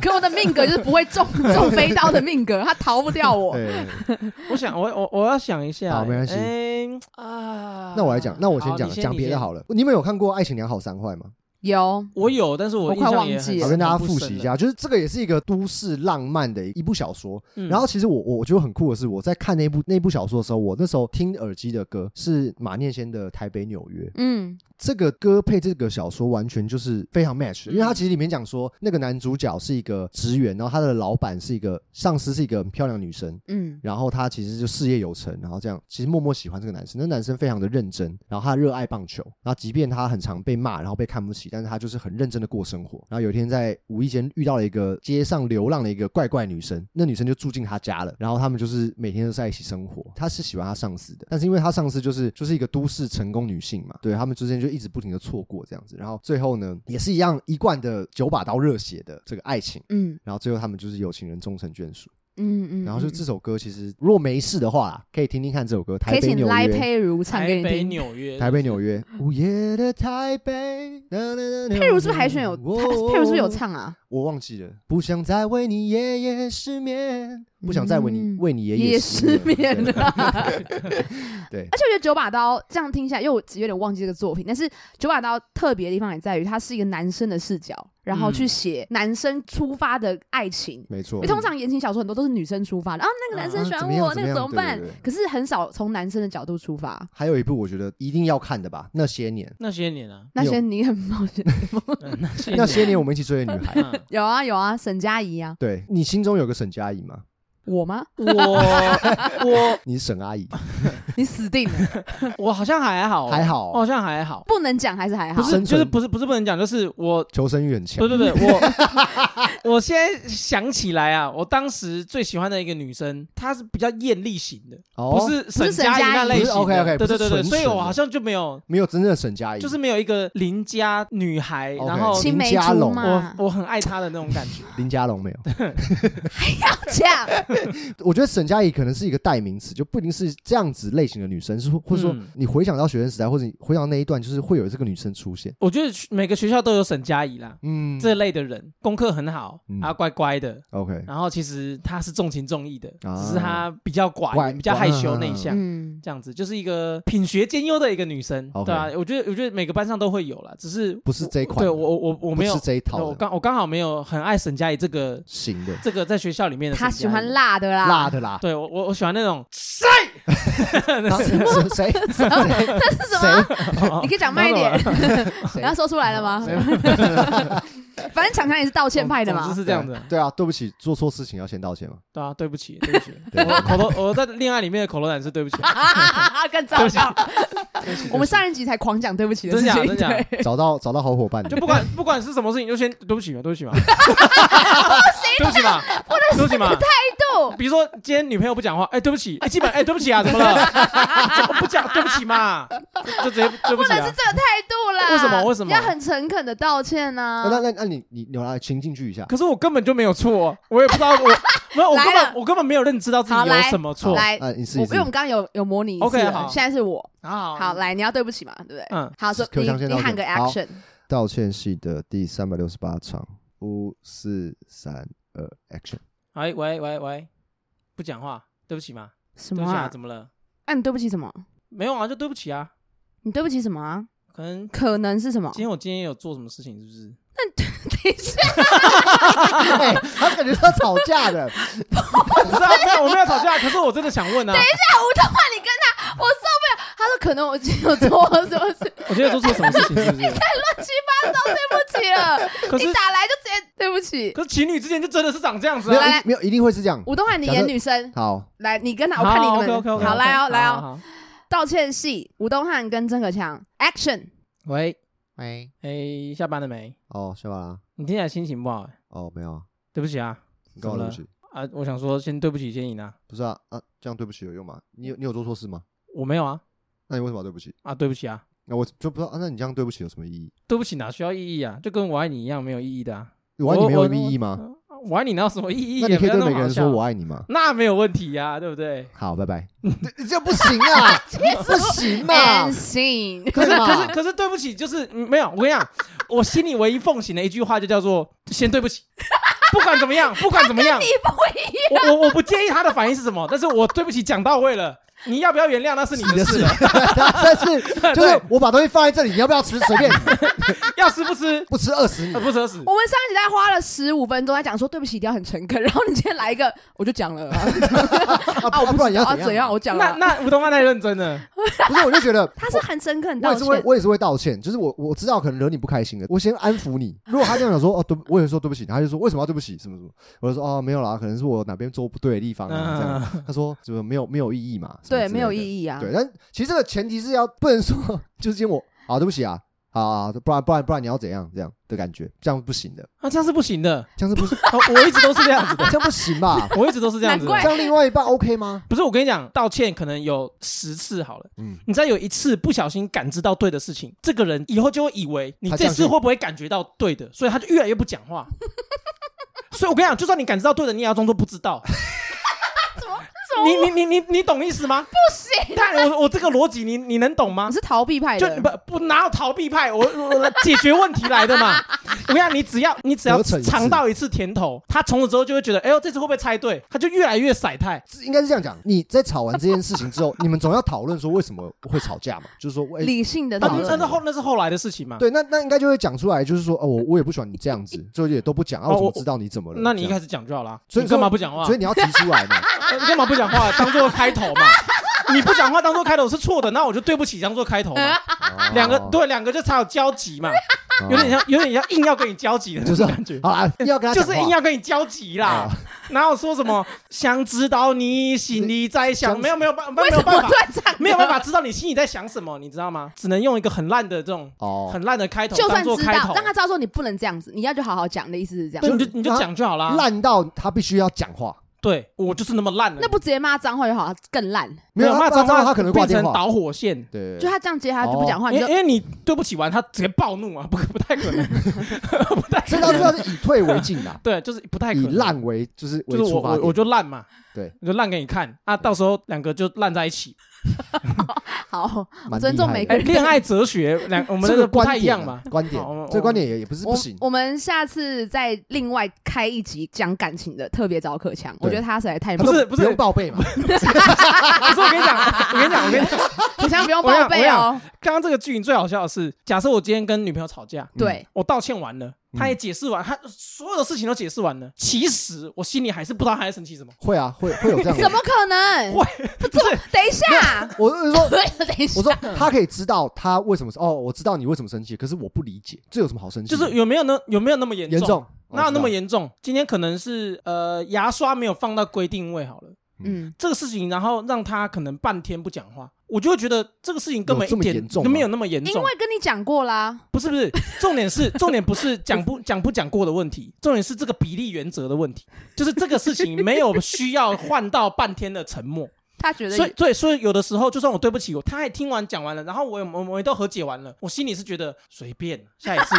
可我的命格就是不会 中中飞刀的命格，他逃不掉我。对， 我想，我我我要想一下。好没关系哎啊，那我来讲，那我先好讲你讲别的你好了。你们有看过《爱情良好三坏》吗？有，我有，但是我我印快象忘也记很了我跟大家很不复深习一了。下，就是这个也是一个都市浪漫的一部小说。嗯然后其实我我我觉得很酷的是，我在看那部那部小说的时候，我那时候听耳机的歌是马念先的《台北纽约》，嗯，这个歌配这个小说完全就是非常 match，的因为它嗯其实里面讲说那个男主角是一个职员，然后他的老板是一个上司是一个很漂亮女生。嗯，然后他其实就事业有成，然后这样其实默默喜欢这个男生，那男生非常的认真，然后他热爱棒球，然后即便他很常被骂，然后被看不起，系，但是他就是很认真的过生活。然后有一天在无意间遇到了一个街上流浪的一个怪怪女生，那女生就住进他家了，然后他们就是每天都在一起生活。他是喜欢他上司的，但是因为他上司就是就是一个都市成功女性嘛，对他们之间就一直不停的错过这样子。然后最后呢，也是一样一贯的九把刀热血的这个爱情。嗯然后最后他们就是有情人终成眷属。嗯嗯，然后就嗯这首歌，其实如果没事的话啦，可以听听看这首歌《可台以北请纽赖约》。佩如唱给台你北、听。纽约，台北、纽约，午夜的台北。佩佩如是不是海选哦有？她佩如是不是有？唱啊？我忘记了。不想再为你夜夜失眠，不想再为你嗯为你夜夜失失眠对 了。对 而且我觉得九把刀这样听下来，因为我有点忘记这个作品，但是九把刀特别的地方也在于，它是一个男生的视角，然后去写男生出发的爱情。没错因为。哎通常言情小说很多都是女生出发的，啊，那个男生喜欢啊怎么样我，那个怎么样怎么办对对对？可是很少从男生的角度出发。还有一部我觉得一定要看的吧，《那些年那些年 啊，那些你很冒险，嗯那些》。那些年我们一起追的 女孩。 嗯有啊有啊，沈佳宜啊，对你心中有个沈佳宜吗？我吗？我我你是沈阿姨， 你死定了，我好像还好，还，好我好像还好，哦不能讲还是还不。好 是生就存是不是不是不能讲，就是我求生欲很强不。不不，我 我现在想起来啊，我当时最喜欢的一个女生，她是比较艳丽型的，哦，不是沈佳宜那类型的。不是沈佳对宜对对不是 OK，OK，对，不是纯所以纯我的好像就没有，没有真正的沈佳宜，就是没有一个邻家女孩， OK 然后青梅林家竹龙我马，我很爱她的那种感 觉。林家龙没有。这样我觉得沈佳宜可能是一个代名词，就不一定是这样子类型的女生，是或者说嗯你回想到学生时代，或者你回想到那一段，就是会有这个女生出现。我觉得每个学校都有沈佳宜啦。嗯，这类的人功课很好嗯，啊，乖乖的。 OK，然后其实她是重情重义的，啊只是她比较乖寡，比较害羞内向。嗯，这样子，就是一个品学兼优的一个女生 OK 对啊，我觉得我觉得每个班上都会有啦，只是不是这一款对的我我我我没有是，这一对套我的刚我刚好没有很爱沈佳宜这个型的这个在学校里面的他沈佳宜，喜欢辣的啦， 辣 的啦。对我我我喜欢那种，啊谁 谁那 是什么？ 你可以讲慢一点，谁你要说出来了哦吗？ 反正强强也是道歉派的总 嘛之，是这样子，对啊，对不起，做错事情要先 道歉嘛。对啊，对不起对不起， 对我口头我在恋爱里面的口头禅是对不起， 更对糟不起糕。 对不起，我们上一集才狂讲对不起的真事假情，真假对，找到找到好伙伴，就不管不管是什么事情，就先对不起嘛，对不起 嘛，对不起嘛，对不起嘛， 度比如说今天女朋友不讲话，哎，对不起， 哎，基本哎，对不起啊，怎么了？怎么不讲对不起嘛？就就直 接对不不起能是啊。这个态度啦。为什么为什么要很诚恳的道歉啊呢哎哦那？那那那你你你来情境剧一下，可是我根本就没有错，我也不知道我，没有，我根来本了我根本没有认知到自己好有来什么错。来啊，你试我一因试为我。们刚刚有有模拟一次 OK，了，好现在是我。好好，，来，你要对不起嘛，对不对？嗯，好，说可你以向先你道歉喊个好 action，道歉戏的第三百六十八场，五四三二，action。喂哎喂喂喂，不讲话，对不起嘛，什对么不起啊，啊？怎么了？那你对不起什么？没有啊，就对不起啊，你对不起什么啊？可能可能是什么今？天我今天有做什么事情，是不是？等一下， 哎，他感觉是要吵架 的，不是啊，没有，我没有吵架，可是我真的想问啊，吴东话，你跟他，我受不了。他说可能我今天有做了什么事，我今天做错什么事情，是 不是？乱七八糟，对不起了。可一是打来就直接对不起。可是情侣之间就真的是长这样子没有啊。来来一没有一定会是这样。吴东汉，你假设演女生，好，来，你跟他，我看你能 OK 不 OK 能。 OK，好，来哦，来哦，哦。道歉戏，吴东汉跟曾可强，action。喂，喂，哎，下班了没？哦，下班啦。你听起来心情不好，哎哦，没有啊，对不起啊你跟我怎对么不了起，啊！我想说，先对不起，先赢啊，不是啊啊，这样对不起有用吗？你有你有做错事吗？我没有啊那你为什么要对不起？啊，对不起啊，那我就不知道、啊，那你这样对不起有什么意义？对不起哪需要意义啊？就跟我爱你一样没有意义的啊。我爱你没有我意义吗？我爱你哪有什么意义？那你可以不要对那么每个人好笑说我啊爱你吗？那没有问题呀、对不对？好，拜拜。这这不行啊，不行嘛 And，scene，可 可是以可是吗？可是对不起，就是嗯没有。我跟你讲，我心里唯一奉行的一句话就叫做“先对不 起”，不管怎么样，不管怎么样，啊我我我不介意他的反应是什么，但是我对不起讲到位了，你要不要原谅那是你你的的事事了，， 但是就是我把东西放在这里，你要不要吃？随便你，要吃不吃，不吃饿死 你呃、。不吃死。我们上一集大概花了十五分钟在讲说对不起一定要很诚恳，然后你今天来一个，我就讲了啊，啊啊我不然你要啊怎怎样样？？我讲那了，那吴东汉太认真了，不是，我就觉得他是很诚恳我道也是会歉，，我也是会道歉，就是我我知道可能惹你不开心了，我先安抚你。如果他这样讲说，哦，对不，我也说对不起，他就说为什么要对不起，什么什么，我就说哦，没有啦，可能是我哪边做不对的地方啊，这样。 他说怎么没有没有意义嘛？对，没有义。意义啊， 对，但其实这个前提是要不能说，就是因为我啊，对不起啊，啊，不然不然不然你要怎样这样的感觉，这样不行的，啊，这样是不行的。这样是不行，哦我一直都是这样子的，这样不 行吧？我一直都是这样子的。难怪这样另外一半 OK 吗？不是我跟你讲，道歉可能有十次好了，嗯，你再有一次不小心感知到对的事情，这个人以后就会以为你他这相次信会不会感觉到对的，所以他就越来越不讲话。所以我跟你讲，就算你感知到对的，你也要装作不知道。怎么你你你你你懂意思吗？不行？但我我这个逻辑，你你能懂吗你？是逃避派就的，不不哪有逃避派，我我我解决问题来的 嘛。我跟你讲，你只要你只要得逞一次尝到一次甜头，他从此之后就会觉得，哎呦，这次会不会猜对？他就越来越甩态。是应该是这样讲，你在吵完这件事情之后，你们总要讨论说为什么会吵架嘛，就是说，哎、理性的啊讨那论那。后那是后来的事情嘛。对，那那应该就会讲出来，就是说，哦，我我也不喜欢你这样 子，就也都不讲，啊，哦我怎么我知道你怎么了？那你一这样开始讲就好啦。所以你说干嘛不讲话所？以你要提出来嘛，呃你干嘛不讲话？当做开 头嘛。你不讲话当做开头是错的，那我就对不起，当做开头 嘛。哦 两个，对，两个就才有交集哦嘛，有点像，有点像硬要跟你交集的那 就是种感觉，好啦，硬要跟他就讲是话硬要跟你交集啦哦。哪有说什么想知道你心里在想？想没有没有办没为有什办么法，断场？没有办法知道你心里在想什么，你知道吗？只能用一个很烂的这种哦，很烂的开头就当算做知开头道，让，他知道说你不能这样子，你要就好好讲的意思是这对样。你就你就讲就好啦。烂到他必须要讲话，对我就是那么烂了那。不直接骂脏话就好，更烂。没有骂他脏他话，他可能挂变电成话，导火线。对，就他这样接他就不讲话，因你为就因为你对不起完，他直接暴怒啊，不 可不太可能， 不太可所以他知道能。，是以退为进啦对，就是不 太可以能。，烂为就是就为是我出发我我点，就烂嘛，对，我就烂给你看啊，到时候两个就烂在一 起。好蛮尊厉重害每的哎，恋爱哲学，两哎我我们这个不太一样嘛。观点啊好我们这个观点也也不是不我行，我们下次再另外开一集讲感情的，特别找可强，我觉得他实哎在太不是不是用报备嘛，可是我跟你讲，我跟你讲，我跟你 讲，可强不用我想报备哦。刚刚这个剧情最好笑的是，假设我今天跟女朋友吵架，嗯对，我道歉完了，她也解释完，她所有的事情都解释完了，其实我心里还是不知道她在生气什么。会啊会会有这 样的怎，么可能？会不是等一下，我我 是说。等一我说下，他可以知道他为什么哦，我知道你为什么生气，可是我不理解，这有什么好生气就的？是有没有那有没有那么严严重，哦啊哪有那么严？严重？今天可能是呃牙刷没有放到规定位好了，嗯，这个事情，然后让他可能半天不讲话，我就会觉得这个事情根本有这一么点严重都吗没有那么严因重。为跟你讲过啦，不是不是，重点是 重点不是讲不讲不讲过的问题，重点是这个比例原则的问题，就是这个事情没有需要换到半天的沉默。他觉得所以对，所以有的时候就算我对不起我，他也听完讲完了，然后我也我我们都和解完了，我心里是觉得随便，下一次，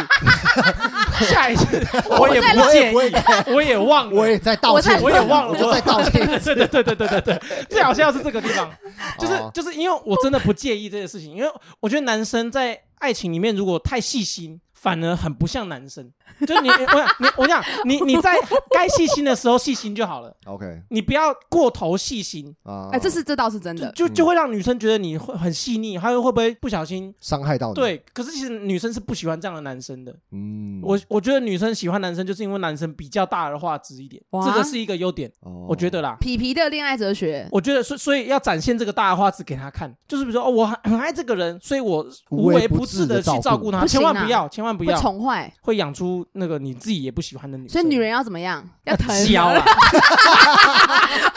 下一次 我也再不我介也不意，我也忘了，我也在道歉，我也忘了，我就在道歉。 对对对对对对对，最好笑是这个地方，就是哦就是因为我真的不介意这个事情，因为我觉得男生在爱情里面如果太细心，反而很不像男 生。就你我想你我想你你在该细心的时候细心就好了， OK 你不要过头细心，啊，哎，这是这倒是真就的，嗯就就会让女生觉得你会很细腻，还有会不会不小心。伤害到哦你。，对，可是其实女生是不喜欢这样的男生的。嗯我我觉得女生喜欢男生，就是因为男生比较大而化之一点，哇哦这个是一个优点，我我觉得啦。皮皮的恋爱哲学，我觉得，所所以要展现这个大花子给他看，就是比如说，哦，我很很爱这个人，所以我无无微微不不至至的地去照照顾顾他，不千行万啊不要，千万不会要，宠坏，会养出那个你自己也不喜欢的女啊生。所以女人要怎么样？要疼，削 了，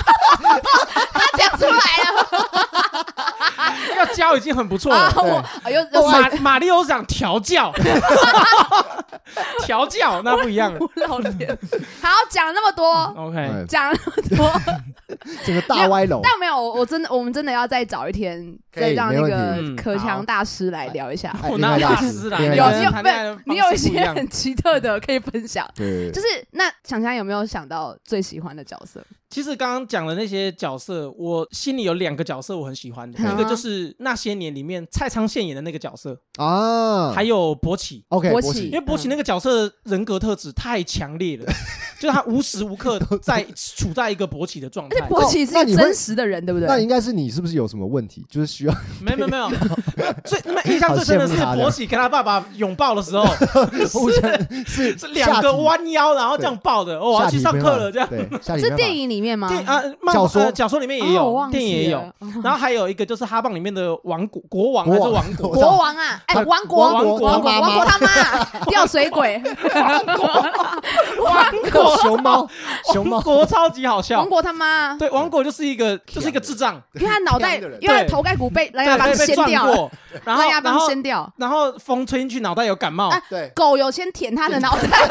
他讲出来了要教已经很不错啊！了。 哦对 我哎呦，又马马里奥想调 教，调教那不一样了。我 老脸，好，讲了那么多， OK，哎讲了那么多。这个大歪楼，但没有，我我真的，我们真的要再找一天，可再以让没那问题个嗯可好强大师来聊一下。哎我恋哪爱有大哦大师师啦？恋有爱每大个师人你有谈不恋爱的方是你有一式不些样很奇特的可以分享。对，就是那强强有没有想到最喜欢的角色？其实刚刚讲的那些角色，我心里有两个角色我很喜欢的，嗯一个就是《那些年》里面蔡昌宪演的那个角色，啊，还有博起。 OK，勃勃起因为博奇那个角色的人格特质太强烈了，就是他无时无刻在处在一个勃起的状而且态。博奇是那一你个会真实的人，对不那对？应该是你是不是有什么问题？就是需要没有没有没有， 最你们印象最深的是好羡慕他的博奇跟他爸爸拥抱的时候， 互相是是两个弯腰然后这样抱的。哦，我要下去体上没课办法了，这样。对，下体没是办法电影里面吗？电啊，漫小说呃小说里面也哦我有，忘记电影也有了。然后还有一个就是哈棒里面的王国国王还国是王王国我知道国王啊，哎，他王国，王王国 国，王国他妈妈 王国他妈吊水鬼，王国，国熊猫，熊猫王国超级好笑王。国他妈，对，王国就是一个就是一个智障，因为他脑袋，这样的人因为他对头盖骨被蓝牙对，棒被被掀撞掉了，哎过，然后蓝牙然棒后掀掉，然后风吹进去，脑袋有感冒，啊 对，狗有先舔他的脑袋，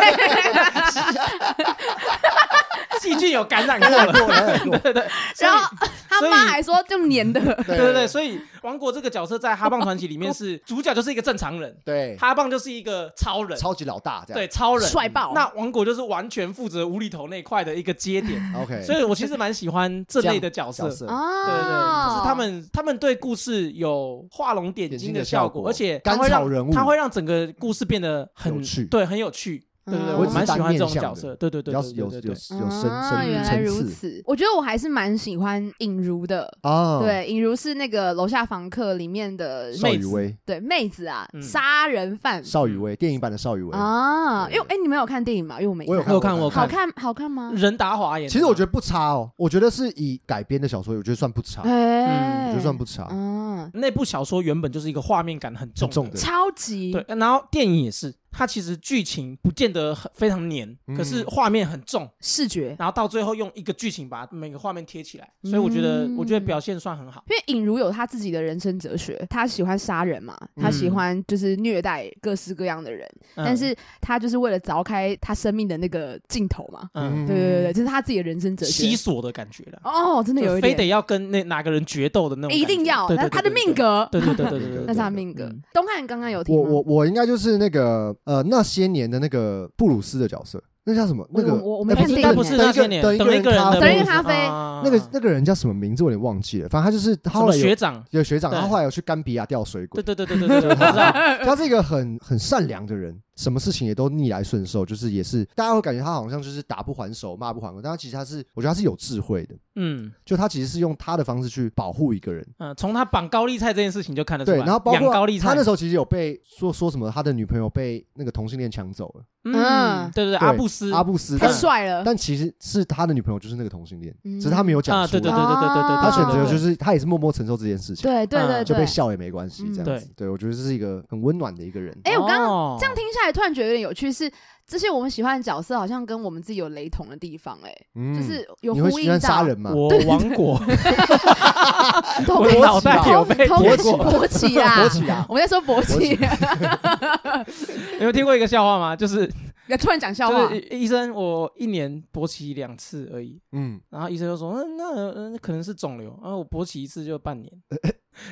细菌有感染过感 染了。过，感染过，对对，所以 然后他所以妈还说就粘的，对对对，所以王国这个角色在哈棒传奇里面 是主角就是一个正常人，对，哈棒就是一个超人，超级老大这对样，超人。 帅爆。那王国就是完全负责无厘头那一块的一个接点，对，OK，所以我其实蛮喜欢这类的角色角。色对对对，哦，就是他们他们对故事有画龙点睛的效果，而点且睛的效它果会让甘草人物它会让整个故事变得很有趣对，很有趣。对对对，嗯我蛮喜欢这种我角只是单面向色。对对比对，较对有有对有对有深啊，深原来如层次此。我觉得我还是蛮喜欢尹如的，啊，，对，尹如是那个楼下房客里面的邵雨薇，对妹子啊，嗯杀人犯邵雨薇，电影版的邵雨薇，啊。对因为哎，你们有看电影吗？因为我没我有我有看我我有好看好看吗？任达华演的嘛。其实我觉得不差哦，我觉得是以改编的小说，我觉得算不差，嗯哎，我觉得算不啊差，嗯，那部小说原本就是一个画面感很重很重的超级对，然后电影也是，它其实剧情不见得很非常黏，嗯可是画面很重，视觉。然后到最后用一个剧情把每个画面贴起来，所以我觉得、嗯我觉得表现算很好。嗯因为尹如有他自己的人生哲学，他喜欢杀人嘛，他嗯喜欢就是虐待各式各样的人，嗯但是他就是为了凿开他生命的那个尽头嘛。嗯，对对对对，这是他自己的人生哲西学。索的感觉了，哦，真的有就一非点哎得要跟那哪个人决斗的那种感觉，一定要，对那对他的命格。格，对对对对对对对那 对对，是他命格嗯。东汉刚刚有听我吗，我我应该就是那个呃那些年的那个布鲁斯的角角色，那叫什么？那我个我我没哎看不是电但影不欸是等那一个些年，等一个一人个人咖的故啡等一个事咖啡啊那个那个人叫什么名字？我有点忘记了。反正他就是他什后么来有学长，有学长，对他后来有去甘比亚吊水鬼对。对对对对对，对我知 道， 他是一个很很善良的人，什么事情也都逆来顺受，就是也是大家会感觉他好像就是打不还手，骂不还口，但他其实他是我觉得他是有智慧的，嗯就他其实是用他的方式去保护一个人。嗯，从他绑高丽菜这件事情就看得出对，来，然后包养高括丽菜他那时候其实有被说说什么，他的女朋友被那个同性恋抢走了，嗯嗯，对对对，对阿布斯，阿布 斯，太但嗯帅了，但其实是他的女朋友就是那个同性恋，嗯只是他没有讲啊，出对来，对对对对对对，他选对择对就对是他也是默默承受这件事情，对对对嗯就对嗯被。笑也没关系，这样子。对，我觉得这是一个很温暖的一个人。哎，我刚刚哦这样听下来，突然觉得有点有趣，是这些我们喜欢的角色好像跟我们自己有雷同的地方，哎，嗯就是有你会呼喜应欢杀到人吗？我王 国， 头我盔的脑袋有被呃头贴盔过。勃起啊，勃起啊我们在说勃起， 你们听过一个笑话吗？就是要突然讲 笑就话是，医生，我一年勃起两次而已，嗯，然后医生就说，嗯，那呃那可能是肿瘤，然后我勃起一次就 半年。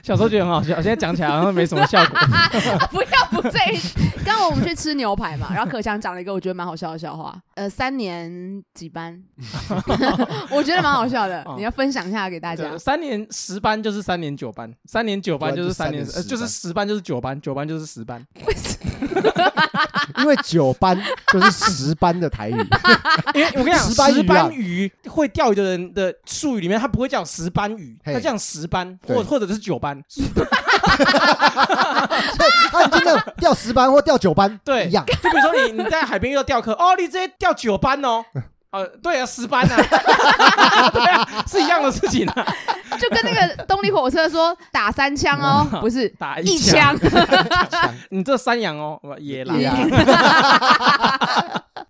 小时候觉得很好笑，现在讲起来好像没什么 效果。啊不要不这一。刚刚我们去吃牛排嘛，然后可强讲了一个我觉得蛮好笑的笑话，呃，三年几 班，我觉得蛮好笑的哦，你要分享一下 给大家对。三年十班就是三年九班，三年九班就是三年，对啊呃就是十班就是九班，九班就是十班，为什么 因为九班就是十班的台语，啊因为 我跟你讲，石斑鱼啊石斑鱼会钓鱼的人的术语里面，他不会叫石斑鱼，嘿他叫石斑，对或或者是九 斑。他真的掉十班或掉九班对一样，就比如说你你在海边遇到钓客，哦，你直接钓九斑哦，呃，对啊，石斑啊， 对啊，是一样的事情啊，就跟那个动力火车说打三枪哦，不是打一哎枪，枪。啊 你这山羊哦，呃野狼一，样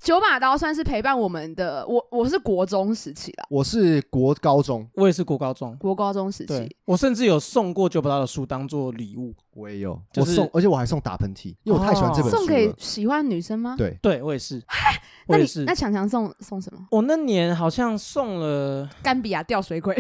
九把刀算是陪伴我们的，我我是国中时期啦，我是国高中， 我也是国高中，国高中时对期。我甚至有送过九把刀的书当做礼物，我也有，就哦我是送，而且我还送打喷嚏，因为我太喜欢这本哦送书给了。喜欢女生吗？对，对我也是，我啊那也你是那。强强送送什么？我那年好像送 了，甘比亚吊水鬼，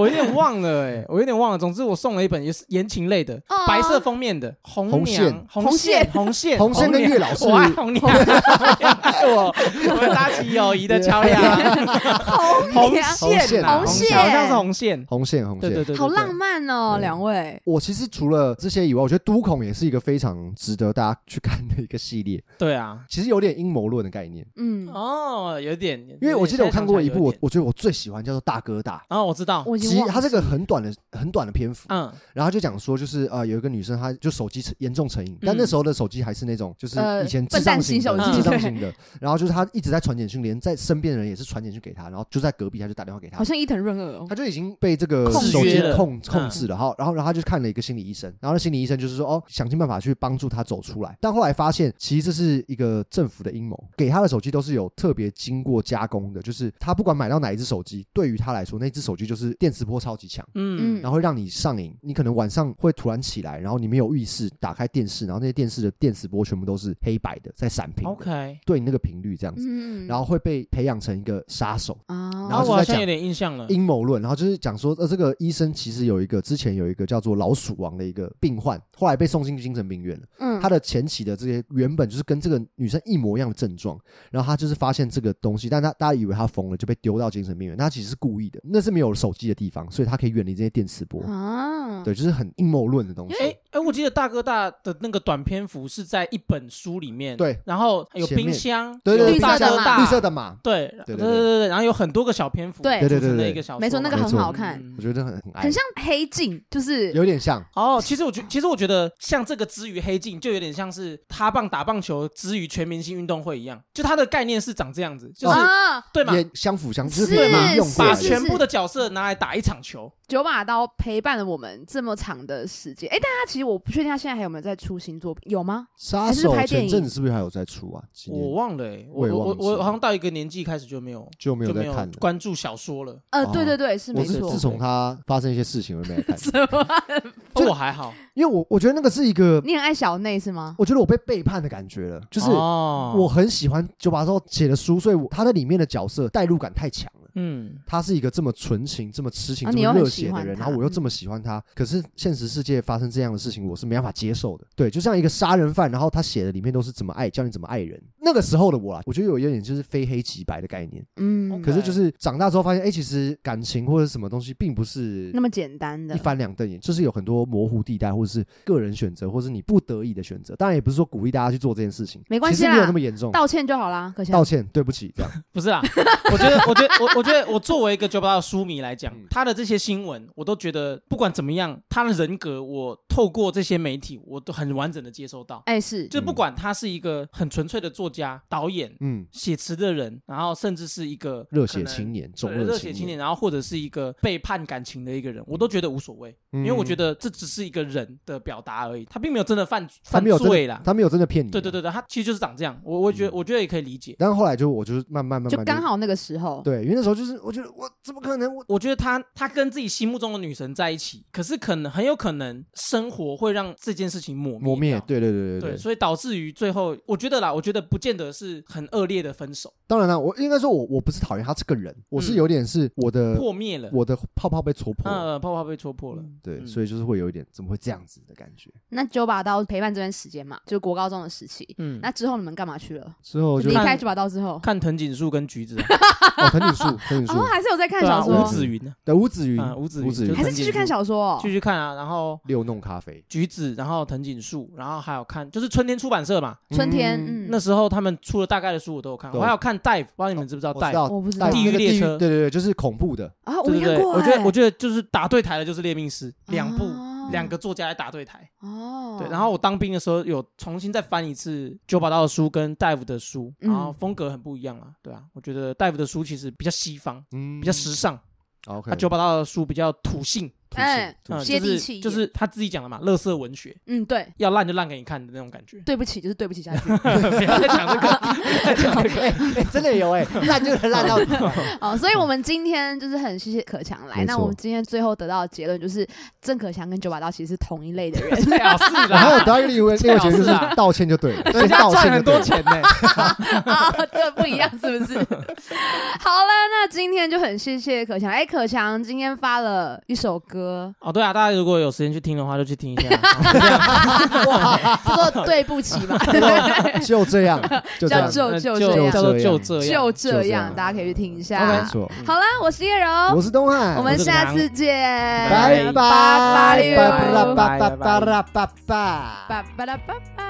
我有点忘了哎、我有点忘了。总之，我送了一本也是言情类的，哦白色封面的《红红娘》线红线、红线、红线跟娘月老是我爱红娘，红娘爱我，我们搭起友谊的桥梁。红红娘线啊，红红线好像是红线。红线红对对线。对，对好浪。漫哦，对两位。我其实除了这些以外，我觉得《都孔》也是一个非常值得大家去看的一个系列。 对对啊，其实有点阴谋论的概念，嗯，哦，有点，因为我记得我看过一部，我然我觉得我最喜欢叫做《大哥大》。后哦我知道，我已其经实忘了它这个很短的很短的篇幅，嗯，然后就讲说，就是呃，有一个女生，她就手机成严重成瘾，嗯但那时候的手机还是那种，就是呃以前笨智蛋障型型的、手机智障型的。然后就是她一直在传简讯，连在身边的人也是传简讯给她，然后就在隔壁，她就打电话给她好，像伊藤润二哦她。就已经被这个控制手机了控嗯控制了。好，然后然后她就看了一个心理医生，然后那心理医生就是说哦，想尽办法去帮助他走出来。但后来发现，其实这是一个政府的阴谋，给他的手机都是有特别经过加工的，就是他不管买到哪一只手机，对于他来说，那只手机就是电磁波超级强。嗯然后会让你上瘾，你可能晚上会突然起来，然后你没有意识，打开电视，然后那些电视的电磁波全部都是黑白的，在闪屏的，OK，对你那个频率这样子，嗯然后会被培养成一个杀手。啊，然然后后哦就我在好像讲有点印象了，阴谋论，然后就是讲说，呃，这个医生其实有一个之前有一个叫做老鼠王的一个病患，后来被送进精神病院了。嗯他的前期的这些原本就是跟这个女生一模一样的症状，然后他就是发现这个东西，但他大家以为他疯了，就被丢到精神病院，但他其实是故意的，那是没有手机的地方，所以他可以远离这些电磁波。啊，对，就是很阴谋论的东西。哎哎，我记得大哥大的那个短篇幅是在一本书里面，对，然后有前面冰箱，对对有对大绿色哥的嘛大，绿色的马，对，对对对对对对，然后有很多个小篇幅，对对对对的对一个小说嘛，没错，那个没很错好看，嗯我觉得很很爱，很像黑镜，就是有点像。哦，其实我觉，其实我觉得像这个之于黑镜，就有点像是他棒打棒球之于全明星运动会一样，就它的概念是长这样子，就是、啊，对嘛，也相辅相成，就是是可以把它用过把来是是全部的角色拿来打一场球，九把刀陪伴了我们这么长的时间。哎，但他其实我不确定他现在还有没有在出新作品，有吗？杀还是手拍电前影阵子是不是还有在出啊？今我年忘了、欸，我我也我忘记我我了好像到一个年纪开始就没有就没有就在没看有了。关注小说了，呃，哦对对对，是我没是错自。从他发生一些事情，我就没来看， 什么？哦、我还好，因为我我觉得那个是一个，你很爱小内是吗？我觉得我被背叛的感觉了，就是哦、我很喜欢九把刀写的书，所以我他在里面的角色代入感太强了。嗯他是一个这么纯情、这么痴情、啊这你又么很热喜血的欢人，他然后我又这么喜欢他，可是现实世界发生这样的事情，我是没办法接受的。对，就像一个杀人犯，然后他写的里面都是怎么爱，教你怎么爱人。那个时候的我啊，我觉得有一点就是非黑即白的概念。嗯，可是就是长大之后发现，哎，其实感情或者什么东西，并不是那么简单的一翻两瞪眼，就是有很多模糊地带，或者是个人选择，或者是你不得已的选择。当然也不是说鼓励大家去做这件事情，没关系其啦实没有那么严重。道歉就好啦。可惜道歉，对不起，这样不是啦， 我觉得，我觉得，我我觉得，我作为一个九把刀的书迷来讲嗯，他的这些新闻，我都觉得不管怎么样，他的人格，我透过这些媒体，我都很完整的接收到。哎是就不管他是一个很纯粹的作家、导演、嗯，写词的人，然后甚至是一个热血可能青年，重对热青青年，然后或者是一个背叛感情的一个人，我都觉得无所谓，因因为我觉得这只是一个人的表达而已，他并没有真的犯他犯没有真罪的啦，。他没有真的骗你，对对。对对，他其实就是长这样，我我觉得嗯我觉得也可以理解。但后来就我就是慢慢慢慢就刚好那个时候，对，因为那时候就是我觉得我怎么可能我我觉得他他跟自己心目中的女神在一起，可是可能很有可能生活会让这件事情抹磨灭灭掉。对对对对对。所以导致于最后，我觉得啦，我觉得不见得是很恶劣的分手，当然了，我应该说我我不是讨厌他这个人，我是有点是我的嗯破灭了，呃我的泡泡被戳破了，嗯，泡泡被戳破了。对，嗯所以就是会有一点怎么会这样子的感觉。那九把刀陪伴这段时间嘛，就是国高中的时期。嗯，那之后你们干嘛去了？之后 就就离看开九把刀之后，看藤井树跟橘子啊，哦，藤井树，藤井哦，树，还是有在看对啊，小吴说，子云啊，对，吴子云啊，吴子吴子云，云还是继续看小，小说哦继。续看啊，然后六弄咖啡，橘子，然后藤井树，然后还有看就是春天出版社嘛，春天，嗯，那时候他们出了大概的书我都有看，对我还有看 Dive，不知道你们知不知道我知 Dive。道我不知道带地狱那个列车对对对，就是恐怖的，啊，我对没对对，看过哎。我觉得我觉得就是打对台的就是《猎命师》两部，哦两个作家来打对台。哦，对，然后我当兵的时候有重新再翻一次九把刀的书跟戴夫的书，嗯然后风格很不一样啊。对啊，我觉得戴夫的书其实比较西方，嗯比较啊时尚， OK，那九把刀的书比较土性，土哎性嗯土性接就地气是一点就是他自己讲的嘛，乐色文学，嗯，对，。要烂就烂给你看的那种感 觉对不起，就是对不起 下去。不要再讲这个，不要再讲这个。哎真的有哎，烂就烂到底，哦，所以我们今天就是很谢谢可强来。没那错我们今天最后得到的结论就是，郑可强跟九把刀其实是同一类的人。最好 是啊 然后啦得，到一个另外另外结论就最好是啊是道歉就对了，人先家道赚歉很就对多了钱呢。 啊，这不一样 是不是？好了，那今天就很谢谢可强。哎、可强今天发了一首歌，哦，对啊，大家如果有时间去听的话，就去听一 下。叫做《对不起》 吧，就这样，叫就就 这样，啊那就就这样叫做就就这样。 就就这这样，样大家可以去听一没下。错，好啦，我是叶柔我，是东汉，我们是下唐次见，拜拜拜拜，拜拜拜拜拜拜拜拜拜拜。拜拜拜拜。